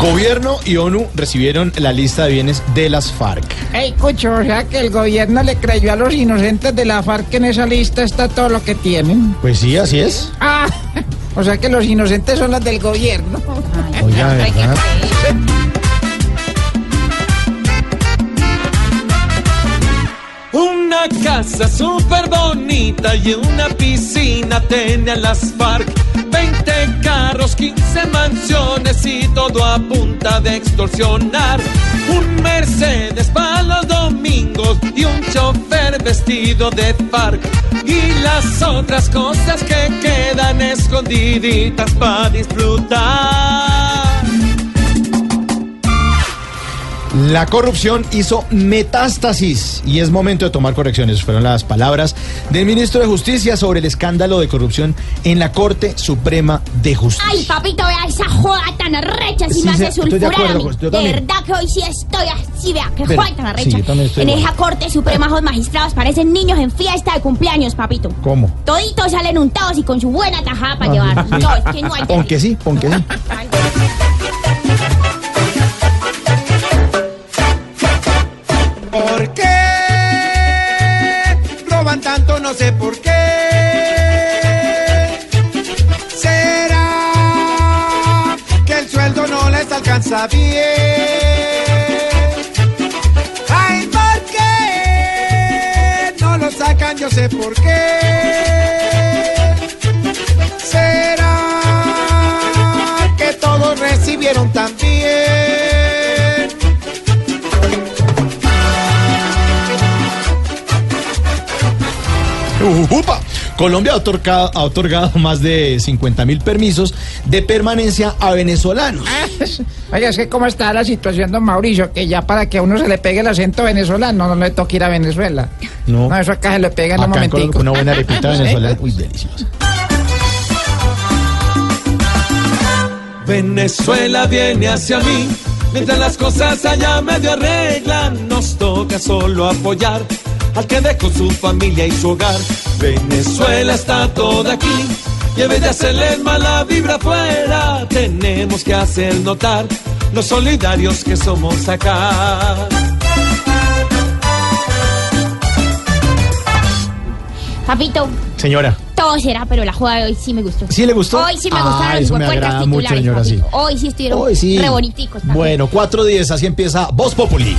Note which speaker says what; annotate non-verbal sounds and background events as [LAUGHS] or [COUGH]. Speaker 1: Gobierno y ONU recibieron la lista de bienes de las FARC.
Speaker 2: Ey, Cucho, o sea que el gobierno le creyó a los inocentes de la FARC en esa lista está todo lo que tienen.
Speaker 1: Pues sí, así es.
Speaker 2: Ah, o sea que los inocentes son los del gobierno.
Speaker 1: Oiga, ¿verdad?
Speaker 3: Una casa súper bonita y una piscina tenía las FARC. 20 carros, 15 mansiones y todo a punta de extorsionar. Un Mercedes para los domingos y un chofer vestido de FARC. Y las otras cosas que quedan escondiditas para disfrutar.
Speaker 1: La corrupción hizo metástasis y es momento de tomar correcciones. Fueron las palabras del ministro de Justicia sobre el escándalo de corrupción en la Corte Suprema de Justicia.
Speaker 4: Ay, papito, vea esa joda tan arrecha, si
Speaker 1: Sí, sí,
Speaker 4: me hace
Speaker 1: estoy de
Speaker 4: sulfurar
Speaker 1: acuerdo,
Speaker 4: a mí.
Speaker 1: pues, yo
Speaker 4: de
Speaker 1: también.
Speaker 4: verdad que hoy sí estoy así, vea, que
Speaker 1: Pero-
Speaker 4: joda tan
Speaker 1: sí,
Speaker 4: arrecha.
Speaker 1: yo también estoy
Speaker 4: en
Speaker 1: de acuerdo.
Speaker 4: esa corte suprema, los magistrados parecen niños en fiesta de cumpleaños, papito.
Speaker 1: ¿Cómo? Ah,
Speaker 4: Toditos salen untados y con su buena tajada para llevar.
Speaker 1: sí.
Speaker 4: No, es
Speaker 1: [LAUGHS]
Speaker 4: que no hay de
Speaker 1: Aunque sí, aunque sí.
Speaker 2: ¿Por qué roban tanto? No sé por qué. ¿Será que el sueldo no les alcanza bien? Ay, ¿por qué no lo sacan? Yo sé por qué. ¿Será que todos recibieron también?
Speaker 1: Uh, upa. Colombia ha otorgado, ha otorgado más de 50 mil permisos de permanencia a venezolanos.
Speaker 2: Pues, Oiga, es que cómo está la situación, don Mauricio, que ya para que a uno se le pegue el acento venezolano, no le toca ir a Venezuela.
Speaker 1: No.
Speaker 2: No, eso acá se le pega en un
Speaker 1: Acá en Colombia,
Speaker 2: momentico.
Speaker 1: con una buena
Speaker 2: [LAUGHS]
Speaker 1: repita venezolana. Uy, deliciosa.
Speaker 3: Venezuela viene hacia mí, mientras las cosas allá medio arreglan, nos toca solo apoyar al que dejó su familia y su hogar. Venezuela está toda aquí, y en vez de hacerle mala vibra afuera, tenemos que hacer notar los solidarios que somos acá.
Speaker 4: [LAUGHS] Papito,
Speaker 1: Señora,
Speaker 4: todo será, pero la joda de hoy sí me gustó.
Speaker 1: ¿sí le gustó?
Speaker 4: Hoy sí me
Speaker 1: Ah,
Speaker 4: gustaron los
Speaker 1: eso me agrada
Speaker 4: huecuentas
Speaker 1: mucho,
Speaker 4: titulares,
Speaker 1: señora, sí.
Speaker 4: papito. Hoy sí estuvieron
Speaker 1: Hoy sí.
Speaker 4: re boniticos, papito.
Speaker 1: Bueno, 4.10, así empieza Voz Populi.